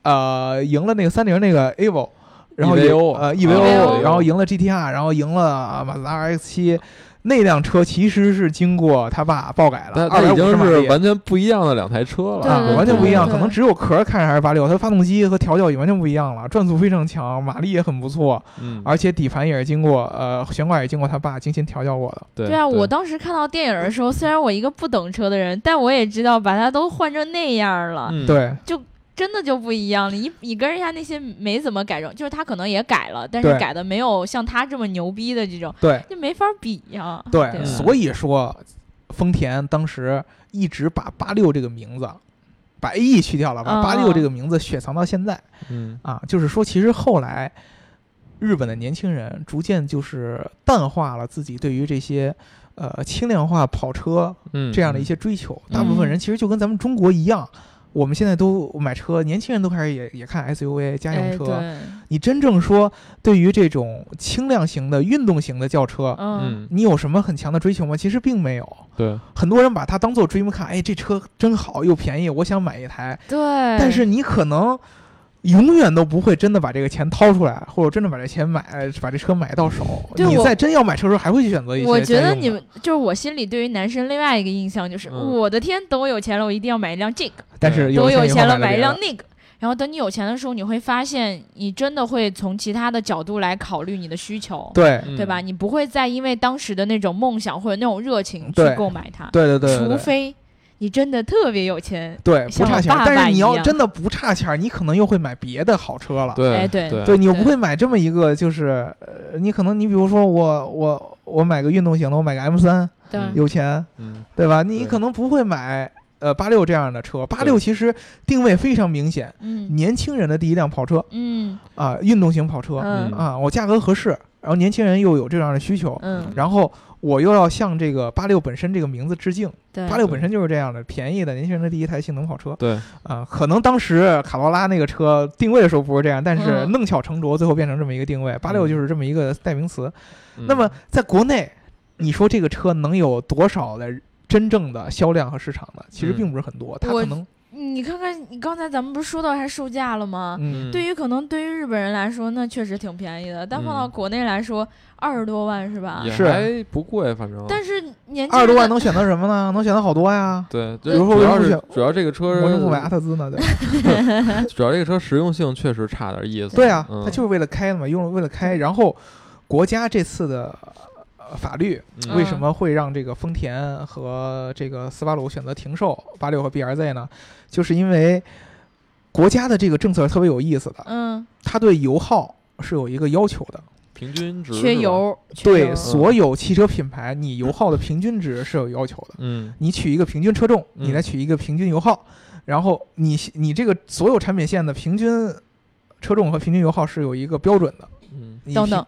呃，赢了那个三菱那个 AVO。然后 EVO 有呃 EVO，啊 EVO E 然后赢了 GTR，然后赢了马自达 RX 7那辆车其实是经过他爸爆改它了，它二百已经五十马是力完全不一样的两台车了，对对啊对，完全不一样，对可能只有壳看着还是八六，它的发动机和调教也完全不一样了，转速非常强，马力也很不错，嗯，而且底盘也是经过呃悬挂也经过他爸精心调教过的。对对啊，我当时看到电影的时候，虽然我一个不懂车的人，但我也知道把它都换成那样了，嗯对，真的就不一样了。你你跟人家那些没怎么改装，就是他可能也改了，但是对改的没有像他这么牛逼的这种，对，就没法比呀。 对，对吧所以说丰田当时一直把八六这个名字，把 AE 去掉了，把嗯八六这个名字雪藏到现在嗯啊。就是说，其实后来日本的年轻人逐渐就是淡化了自己对于这些。呃，轻量化跑车嗯这样的一嗯些追求，大部分人其实就跟咱们中国一样，我们现在都买车，年轻人都开始也也看 SUV 家用哎，车。对，你真正说对于这种轻量型的、运动型的轿车，嗯，嗯你有什么很强的追求吗？其实并没有，对很多人把它当做 dream car，哎，这车真好又便宜，我想买一台。对。但是你可能永远都不会真的把这个钱掏出来，或者真的把这钱买，呃把这车买到手。对你我在真要买车的时候，还会去选择一些家用啊我的。觉得你们就是我心里对于男生另外一个印象就是，嗯我的天，等我有钱了，我一定要买一辆这个；但是等我有有钱了了，买一别的辆。那个。然后等你有钱的时候，你会发现，你真的会从其他的角度来考虑你的需求，对对嗯吧？？你不会再因为当时的那种梦想或者那种热情去对购买它，对对对对除对非你真的特别有钱。对不像我差钱爸爸儿，但是你一要样真的不差钱儿，你可能又会买别的好车了。对哎对对对你又对不会买这么一个，就是呃，你可能你比如说我我我买个运动型的，我买个 M 三，对，嗯有钱，嗯对吧？你对可能不会买呃八六这样的车，八六其实定位非常明显，嗯年轻人的第一辆跑车嗯啊、运动型跑车、嗯啊，我价格合适，然后年轻人又有这样的需求，嗯，然后我又要向这个八六本身这个名字致敬，对，八六对本身就是这样的便宜的年轻人的第一台性能跑车对啊、可能当时卡罗拉那个车定位的时候不是这样，但是嗯弄巧成拙，最后变成这么一个定位，八六就是这么一个代名词，嗯那么在国内，你说这个车能有多少的真正的销量和市场呢？其实嗯并不是很多，它我可能嗯你看看，你刚才咱们不是说到它售价了吗？嗯，对于可能对于日本人来说，那确实挺便宜的，但放到嗯国内来说，二十多万是吧？也是还不贵，反正但是年轻二十人多万的能选择什么呢？ 能选择好多呀，对，比对如说主为什要么是选主要这个车我又不买阿是嗯特兹呢，对吧主要这个车实用性确实差点意思。对啊，嗯它就是为了开的嘛，用了为了开。然后国家这次的。呃法律嗯为什么会让这个丰田和这个斯巴鲁选择停售八六和 BRZ 呢？就是因为国家的这个政策特别有意思的，嗯它对油耗是有一个要求的。平均值缺是吧，油，缺对油所有汽车品牌，你油耗的平均值是有要求的。嗯你取一个平均车重，嗯你再取一个平均油耗，然后你你这个所有产品线的平均车重和平均油耗是有一个标准的。嗯你等等。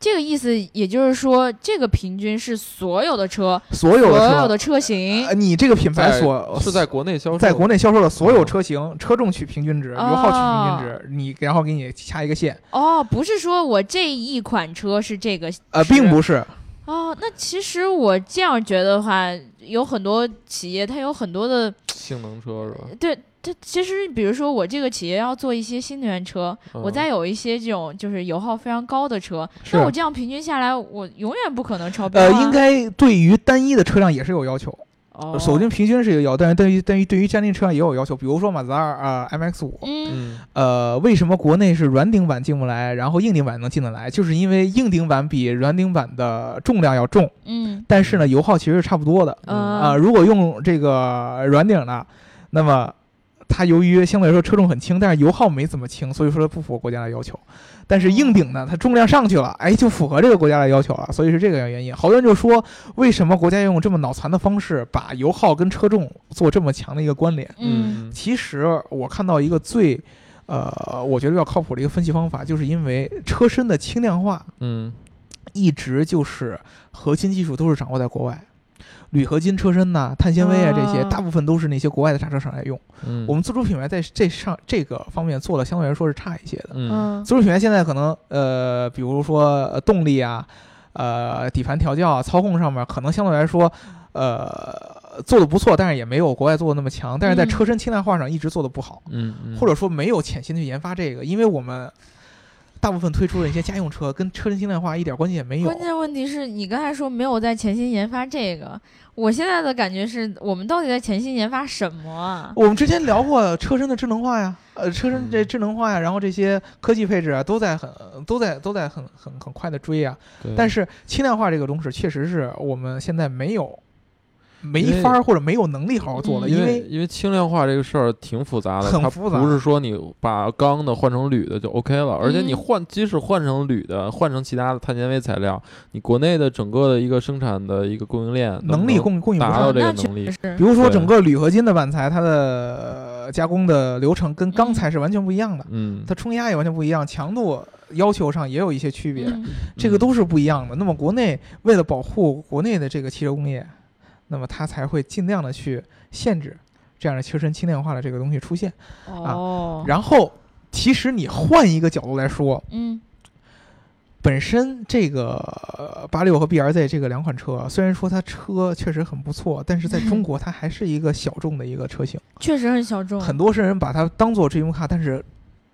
这个意思，也就是说，这个平均是所有的车，平，所有的车，所有的车型呃，你这个品牌在所嗯是在国内销售，嗯在国内销售的所有车型，车重取平均值，油耗哦取平均值，你然后给你掐一个线。哦，不是说我这一款车是这个，呃，是并不是，哦。那其实我这样觉得的话，有很多企业它有很多的性能车是吧？对，它其实比如说我这个企业要做一些新能源车，呃我嗯再有一些这种就是油耗非常高的车，是那我这样平均下来，我永远不可能超标、啊。呃，应该呃对于单一的车辆也是有要求。哦，首先平均是一个要，但是对于对于对于家庭车辆也有要求，比如说马自达啊、MX 五，嗯，嗯呃，为什么国内是软顶版进不来，然后硬顶版能进得来？就是因为硬顶版比软顶版的重量要重，嗯但是呢，油耗其实是差不多的。嗯啊、如果用这个软顶呢，那么它由于相对来说车重很轻，但是油耗没怎么轻，所以说它不符合国家的要求。但是硬顶呢，它重量上去了，哎，就符合这个国家的要求了，所以是这个原因。好多人就说，为什么国家要用这么脑残的方式，把油耗跟车重做这么强的一个关联？嗯，其实我看到一个最，呃，我觉得比较靠谱的一个分析方法，就是因为车身的轻量化嗯一直就是核心技术都是掌握在国外，铝合金车身呐、碳纤维啊这些，啊大部分都是那些国外的刹车厂来用。嗯，我们自主品牌在这上这个方面做的相对来说是差一些的。嗯嗯自主品牌现在可能呃，比如说呃动力啊，呃底盘调教啊，操控上面可能相对来说，呃做的不错，但是也没有国外做的那么强，但是在嗯车身轻量化上一直做的不好。嗯嗯，或者说没有潜心去研发这个，因为我们大部分推出的一些家用车跟车身轻量化一点关系也没有关。键问题是你刚才说没有在潜心研发这个，我现在的感觉是我们到底在潜心研发什么 啊？我们之前聊过车身的智能化呀，呃，车身这嗯智能化呀，然后这些科技配置啊，都在很都在都在很很很快的追啊。对但是轻量化这个东西，确实是我们现在没有没因为法儿或者没有能力好好做嗯了，因因为为因为轻量化这个事儿挺复杂的，很它复杂不是说你把钢的换成铝的就 OK 了，而且你嗯换，即使换成铝的，换成其他的碳纤维材料，你国内的整个的一个生产的一个供应链能能力供供应不达上到。这个那确能力实是比，如说对整个铝合金的板材，它的加工的流程跟钢材是完全不一样的。嗯，它冲压也完全不一样，强度要求上也有一些区别，嗯这个都是不一样的。那么国内为了保护国内的这个汽车工业，那么它才会尽量的去限制这样的车身轻量化的这个东西出现。哦，然后，其实你换一个角度来说，嗯本身这个呃八六和 BRZ 这个两款车，啊虽然说它车确实很不错，但是在中国它还是一个小众的一个车型，确实很小众，很多是人把它当做追梦卡，但是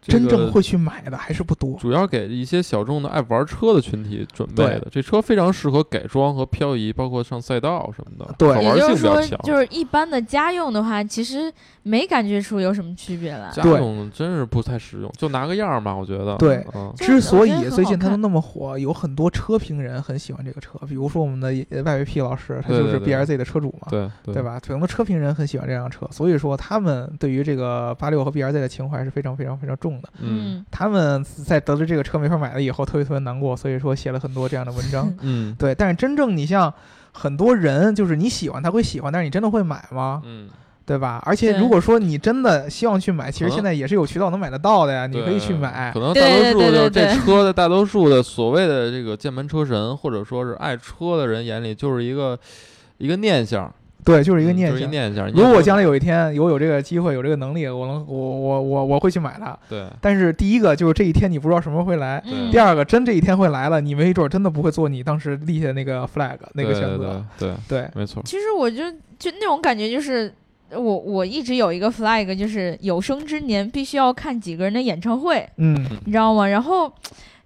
这真个正会去买的还是不 多。主要给一些小众的爱玩车的群体准备的，这车非常适合改装和漂移，包括上赛道什么的，对好也玩就性是比较说，强。就是一般的家用的话，其实没感觉出有什么区别来。家对用真是不太实用，就拿个样儿吧，我觉得。对嗯，就之是所我觉得以很最好近它都看那么火，有很多车评人很喜欢这个车，比如说我们的呃外围 P 老师，他对就对是对 BRZ 的车主嘛，嗯对对啊对？吧？很多车评人很喜欢这辆车，所以说他们对于这个八六和 BRZ 的情怀是非常非常非常重的。嗯嗯，。他们在得知这个车没法买了以后，特别特别难过，所以说写了很多这样的文章 嗯对，但是真正你像很多人，就是你喜欢他会喜欢，但是你真的会买吗？嗯，对吧？而且对如果说你真的希望去买，其实可能现在也是有渠道能买得到的呀，你可以嗯对去买可。能对对大多数对就对是这对车的大多数的所谓的这个键盘车神，或者说是爱车的人眼里，就是一个一个念想，对，就是一个嗯念就是一想。念想。如你果就将来有一天有有这个机会，有这个能力，我能我我我我会去买它。对但是第一个就是这一天你不知道什么时候会来，嗯第二个真这一天会来了，你没准真的不会做你当时立下那个 flag 那个对选对择。对对，对没错。其实我就就那种感觉就是。我我一直有一个 flag，就是有生之年必须要看几个人的演唱会，嗯，你知道吗？然后，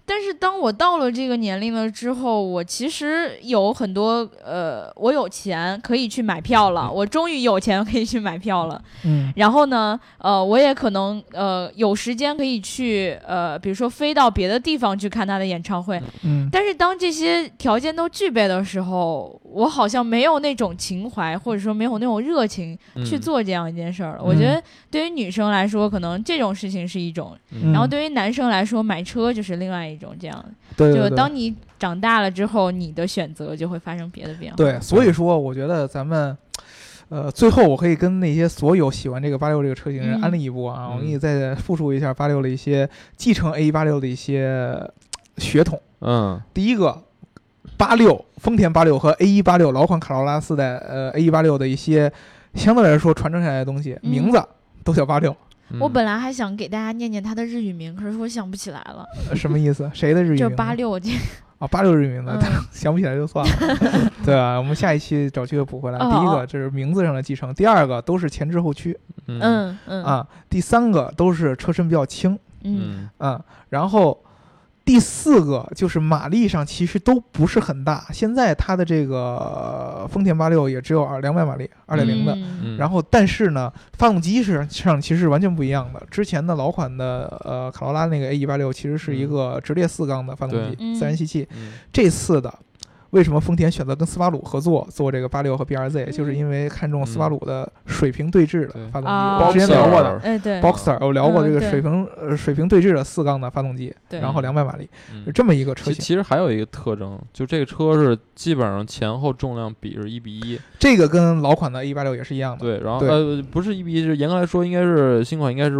但是当我到了这个年龄了之后，我其实有很多呃，我有钱可以去买票了，我终于有钱可以去买票了。嗯然后呢，呃，我也可能呃有时间可以去呃，比如说飞到别的地方去看他的演唱会。嗯，但是当这些条件都具备的时候，我好像没有那种情怀，或者说没有那种热情去嗯，做这样一件事儿了。嗯我觉得对于女生来说，可能这种事情是一种，嗯然后对于男生来说，买车就是另外一种。这样，对对就对当你长大了之后，你的选择就会发生别的变化。对，所以说我觉得咱们，呃，最后我可以跟那些所有喜欢这个八六这个车型的人嗯安利一波啊，我给嗯你再复述一下八六的一些继承 A 八六的一些呃血统。嗯第一个，八六丰田八六和 A 一八六老款卡罗拉四代，呃 A 一八六的一些相对来说传承下来的东西，嗯名字都叫八六，嗯，我本来还想给大家念念他的日语名，可是我想不起来了，呃什么 意思？谁的日语名字？就是八六，这啊，八六日语名字， 嗯想不起来就算了。 对啊，我们下一期找机会补回来。哦第一哦个这是名字上的继承，第二个都是前置后驱。嗯嗯嗯啊，第三个都是车身比较轻嗯啊，然后第四个就是马力上其实都不是很大，现在它的这个丰田八六也只有二两百马力，二点零的。嗯嗯，然后，但是呢，发动机是上其实是完全不一样的。之前的老款的呃卡罗拉那个 A 1 8 6其实是一嗯个直列四缸的发动对机，自然吸气。嗯这次的为什么丰田选择跟斯巴鲁合作做这个八六和 BRZ，、就是嗯因为看中斯巴嗯鲁的水平对置的对发动机。啊我们之前聊过的，哎对 Boxer，我聊过这嗯个对水平、呃水平对置的四缸的发动机，对，然后两百马力，嗯是这么一个车其型。其实还有一个特征，就这个车是基本上前后重量比是一比一，这个跟老款的 A 8 6也是一样的，对，然后对呃不是一比一，是严格来说应该是新款应该是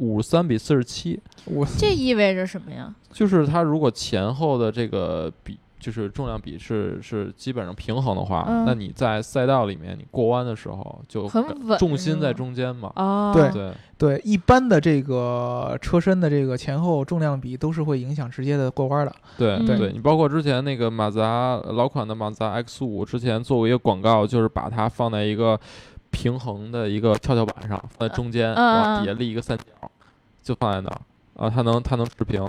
五十三比四十七，我这意味着什么呀？就是它如果前后的这个比就是重量比是是基本上平衡的话，嗯那你在赛道里面你过弯的时候就很感稳重心是在吗中间嘛，哦，对对，对一般的这个车身的这个前后重量比都是会影响直接的过弯 的。对对对，你包括之前那个马自达老款的马自达 X 五，之前做过一个广告，就是把它放在一个平衡的一个跷跷板上，放在中嗯间，然嗯后底下立一个三角，就放在那儿啊，它能它能持平，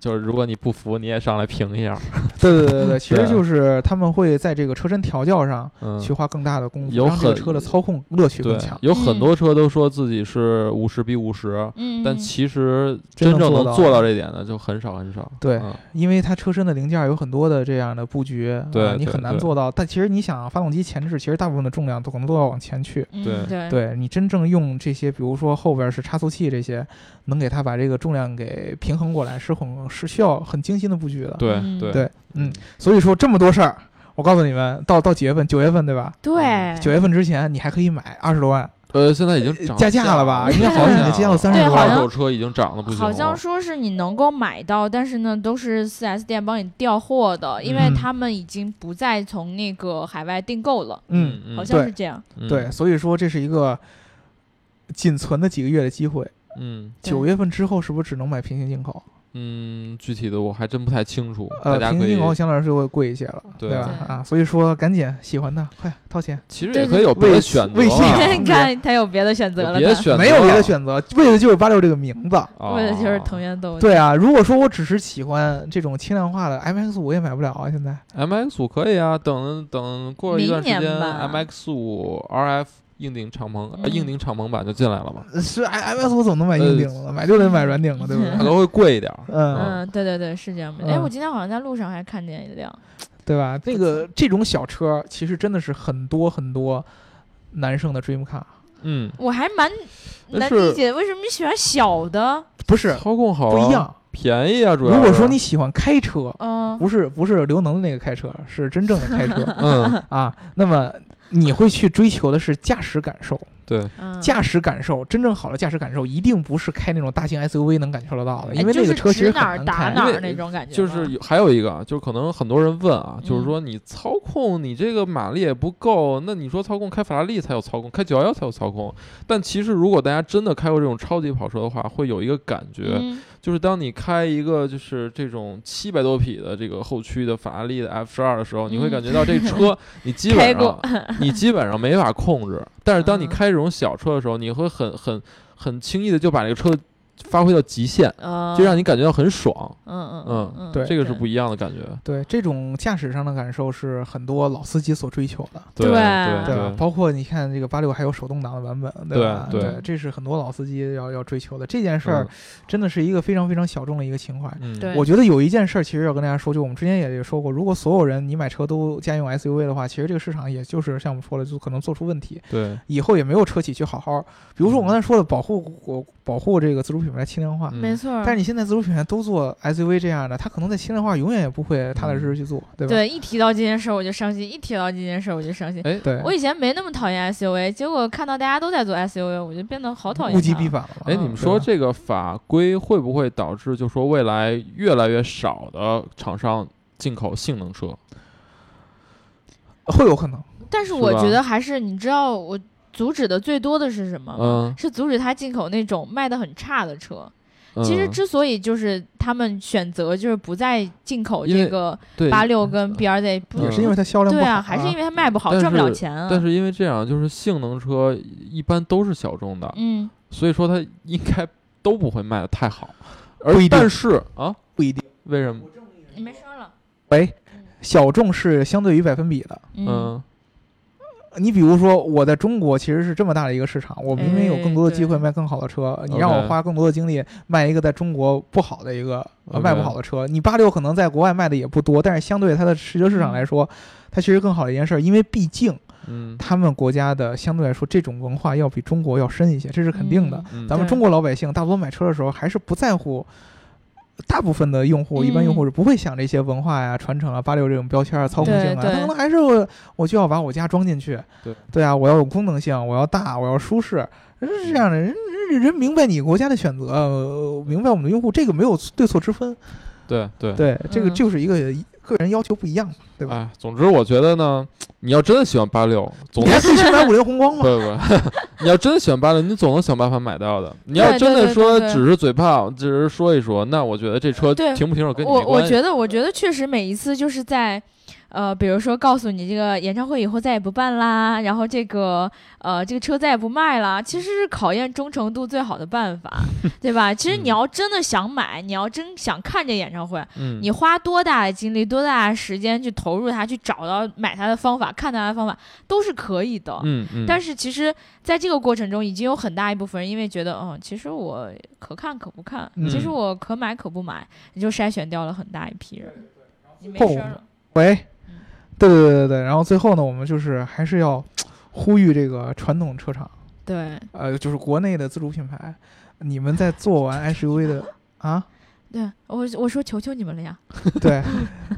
就是如果你不服，你也上来平一下，对对对对对，其实对啊就是他们会在这个车身调教上嗯，去花更大的功夫，有让这个很车的操控乐趣对更强，。有很嗯多车都说自己是五十比五十，嗯，但嗯其实真真能正做能到做到这点的就很少很少，对嗯因为它车身的零件有很多的这样的布局，啊对你对很难对做到。但其实你想，发动机前置其实大部分的重量都可能都要往前去，嗯对对对你真正用这些，比如说后边是差速器这些，能给它把这个重量给平衡过来，是很是需要很精心的布局的。嗯对对嗯，所以说这么多事儿，我告诉你们，到到几月份？九月份对吧？对嗯九月份之前你还可以买二十多万，呃，现在已经涨加价了吧？应该好像已经加到三十对多好万二像了。手车已经涨得不行了，哦好像说是你能够买到，但是呢，都是四 S 店帮你调货的，因为嗯他们已经不再从那个海外订购了，嗯，好嗯，像对是这样。嗯对，，所以说这是一个仅存的几个月的机会。嗯对九月份之后是不是只能买平行进口？嗯，具体的我还真不太清楚，呃，大家平可行以进口相对来说会贵一些了，对吧对？啊，所以说赶紧喜欢的快掏钱。其实对也对可以有别为的选择为嘛啊 你看他有别的选择哦有了，别的他选择啊没有别的了选择，为的就是八六这个名字。啊为了就是藤原豆，对啊，如果说我只是喜欢这种轻量化的 MX 五，也买不了啊。现在 MX 五可以啊，等等过一段时明间年吧，MX 五 RF 硬顶敞篷呃嗯硬顶敞篷版就进来了嘛，呃是 MX 五怎么能买硬顶了？买就得买软顶了，对 不它对？都会贵一点儿。嗯，嗯，对对对，是这样的。哎，嗯我今天好像在路上还看见一辆，对嗯吧？那个这种小车其实真的是很多很多男生的 dream car，嗯，我还蛮但难是理解为什么你喜欢小的，不是哦操控好不啊一，样。便宜啊，主要如果说是你喜欢开车，嗯，不是不是刘能的那个开车，是真正的开 车嗯，啊，那么你会去追求的是驾驶感受。对，嗯驾驶感受，真正好的驾驶感受，一定不是开那种大型 SUV 能感受得到的，哎因为就那是个车其指实哪儿很难打开。哪因儿为那种感觉吧，就是有还有一个啊，就是可能很多人问啊，就嗯是说你操控你这个马力也不够，那你说操控开法拉利才有操控，开九幺幺才有操控。但其实如果大家真的开过这种超级跑车的话，会有一个感觉，嗯就是当你开一个就是这种七百多匹的这个后驱的法拉利的 F 十二的时候，你会嗯感觉 到这车你基开本过上你基本上没法控制。但是当你嗯开这种小车的时候，你会很很很轻易的就把这个车发挥到极限，呃，就让你感觉到很爽。嗯嗯嗯嗯，对这个是不一样的感觉，对，这种驾驶上的感受是很多老司机所追求的，对嗯对对吧？包括你看这个八六还有手动挡的版本，吧？对对对这是很多老司机要要追求的。这件事儿真的是一个非常非常小众的一个情怀。嗯，对我觉得有一件事儿，其实要跟大家说，就我们之前也也说过，如果所有人你买车都家用 SUV 的话，其实这个市场也就是像我们说的，就可能做出问题，对，以后也没有车企去好好，比如说我刚才说的，保护我保护这个自主品牌轻量化，嗯啊没错儿。但是你现在自主品牌都做 SUV 这样的，它可能在轻量化永远也不会踏踏实实去做，对吧？对，一提到这件事儿我就伤心， 一提到这件事儿我就伤心。哎，对我以前没那么讨厌 SUV，结果看到大家都在做 SUV，我就变得好讨厌它。物极必反了嘛。哎，嗯你们说对吧这个法规会不会导致，就说未来越来越少的厂商进口性能车？会有可能，但是是我吧觉得还是你知道我阻止的最多的是什么吗？嗯，是阻止他进口那种卖的很差的车。嗯其实之所以就是他们选择就是不再进口因为这个对嗯八六跟 BRZ，不嗯也是因为它销量不对好、啊，还是因为它卖不好，但赚不了是钱啊。但是因为这样，就是性能车一般都是小众的，嗯，所以说它应该都不会卖的太好。而不一定但是啊，不一定。为什么？你没声了。喂，小众是相对于百分比的。嗯，嗯，你比如说，我在中国其实是这么大的一个市场，我明明有更多的机会哎对卖更好的车，你 OK 让我花更多的精力卖一个在中国不好的一个、呃 OK 卖不好的车。你八六可能在国外卖的也不多，但是相对它的实际市嗯场来说，它其实更好的一件事儿，因为毕竟嗯，他们国家的相对来说这种文化要比中国要深一些，这是肯定的。嗯咱们对中国老百姓大多买车的时候还是不在乎，大部分的用户、一般用户嗯是不会想这些文化呀、传承啊、八六这种标签啊、操控性啊，对他可能还是我我就要把我家装进去，对啊，我要有功能性，我要大，我要舒适，是这样的嗯人人人明白你国家的选择，呃明白我们的用户，这个没有对错之分，对对对，这个嗯就是一个个人要求不一样嘛，对吧？哎，总之我觉得呢，你要真的喜欢八六， 总你能还自己去买五菱宏光不 嘛？不，你要真的喜欢八六，你总能想办法买到的。你要对真对的对对说对只是嘴炮，只是说一说，那我觉得这车对停不停手跟你我没我关系。觉得，我觉得确实每一次就是在，呃，比如说告诉你这个演唱会以后再也不办啦，然后这个呃这个车再也不卖啦，其实是考验忠诚度最好的办 法，对吧？其实你嗯要真的想买，你要真想看这演唱会，嗯，你花多大的精力、多大的时间去投入它，去找到买它的方法、看它的方法，都是可以的。嗯嗯，但是是其实，在这个过程中，已经有很大一部分人因为觉得，嗯，其实我可看可不看，嗯其实我可买可不买，你就筛选掉了很大一批人。你没后声儿了，喂嗯，对对对对对，然后最后呢，我们就是还是要呼吁这个传统车厂，对呃，就是国内的自主品牌，你们在做 完 SUV 的啊，对，我我说求求你们了呀， 对，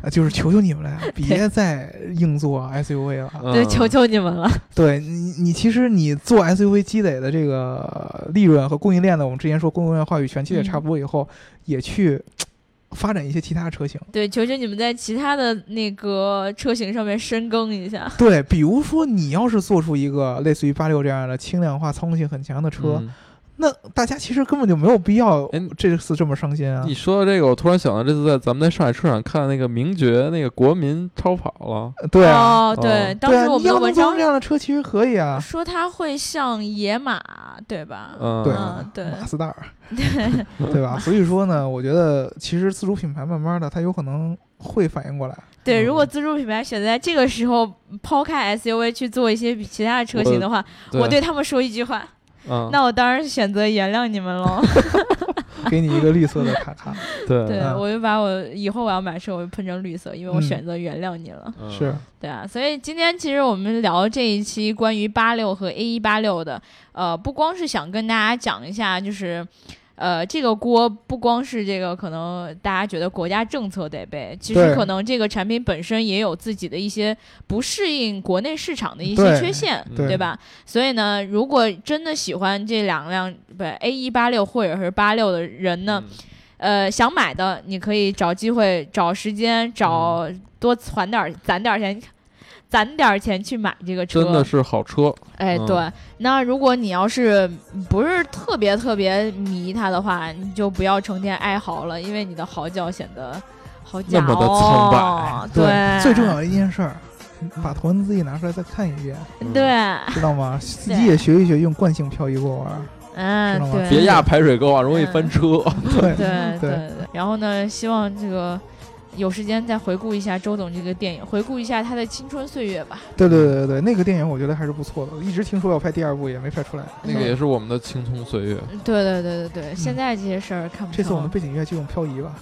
呃就是求求你们了呀，别再硬做 SUV 嗯了。对，求求你们了，对你，你其实你做 SUV 积累的这个利润和供应链的，我们之前说供应链话语权积累差不多以后，嗯也去发展一些其他车型。 对，求求你们在其他的那个车型上面深耕一下。对，比如说你要是做出一个类似于八六这样的轻量化、操控性很强的车，嗯那大家其实根本就没有必要哎这次这么伤心啊！你说到这个，我突然想到这次在咱们在上海车展看那个名爵那个国民超跑了，对啊，哦，对，哦当对啊，时我们你的要文能做章成这样的车其实可以啊。说它会像野马，对吧？嗯对嗯，对马自 达儿，对吧？所以说呢，我觉得其实自主品牌慢慢的，它有可能会反应 过来。对，如果嗯自主品牌选择在这个时候抛开 SUV 去做一些比其他的车型的话，我对他们说一句话，嗯，那我当然是选择原谅你们喽。给你一个绿色的卡卡，对对，嗯我就把我以后我要买车，我就喷成绿色，因为我嗯选择原谅你了。嗯是对啊，所以今天其实我们聊这一期关于八六和 A 一八六的，呃，不光是想跟大家讲一下，就是。呃，这个锅不光是这个，可能大家觉得国家政策得背，其实对可能这个产品本身也有自己的一些不适应国内市场的一些对缺陷，对吧？所以呢，如果真的喜欢这两辆不 A 一八六或者是八六的人呢，嗯呃，想买的你可以找机会、找时间、找嗯多攒点儿、攒点儿钱、攒点儿钱去买这个车。真的是好车，哎，嗯对。那如果你要是不是特别特别迷它的话，你就不要成天哀嚎了，因为你的嚎叫显得好假那么的苍白哦。最重要的一件事儿，把头嗯文字 D 拿出来再看一遍，对。知道吗？自己也学一学，用惯性漂移过弯儿。嗯，知道吗对，别压排水沟啊，容嗯易 翻车。对对对对。然后呢，希望这个有时间再回顾一下周董这个电影，回顾一下他的青春岁月吧。对对对对对，那个电影我觉得还是不错的，一直听说要拍第二部也没拍出来。那个也是我们的青葱岁月，对对对对对，现在这些事儿看不上。嗯这次我们背景音乐就用 漂移吧。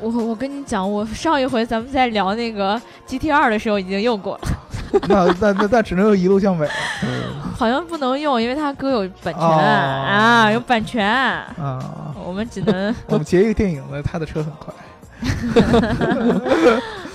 我我跟你讲，我上一回咱们在聊那个 GT 二的时候已经用过了， 那那那那只能用一路向北嗯好像不能用，因为他歌有版权、哦啊，有版权，啊！我们只 能我们截一个电影的，他的车很 快。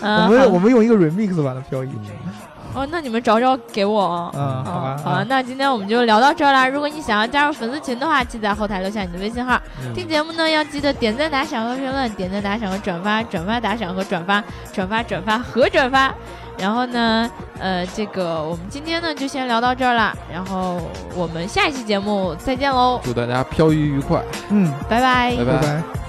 嗯、我们我好们用一个 remix 版的漂移嗯哦，那你们找找给我啊。啊，好吧，好啊，那今天我们就聊到这儿啦。如果你想要加入粉丝群的话，记得在后台留下你的微信号。嗯听节目呢，要记得点赞、打赏和评论，点赞、打赏和转发，转发、打赏和转发，转发、转发和转发。然后呢，呃，这个我们今天呢就先聊到这儿啦。然后我们下一期节目再见喽，祝大家漂移愉快，嗯，拜拜拜拜拜。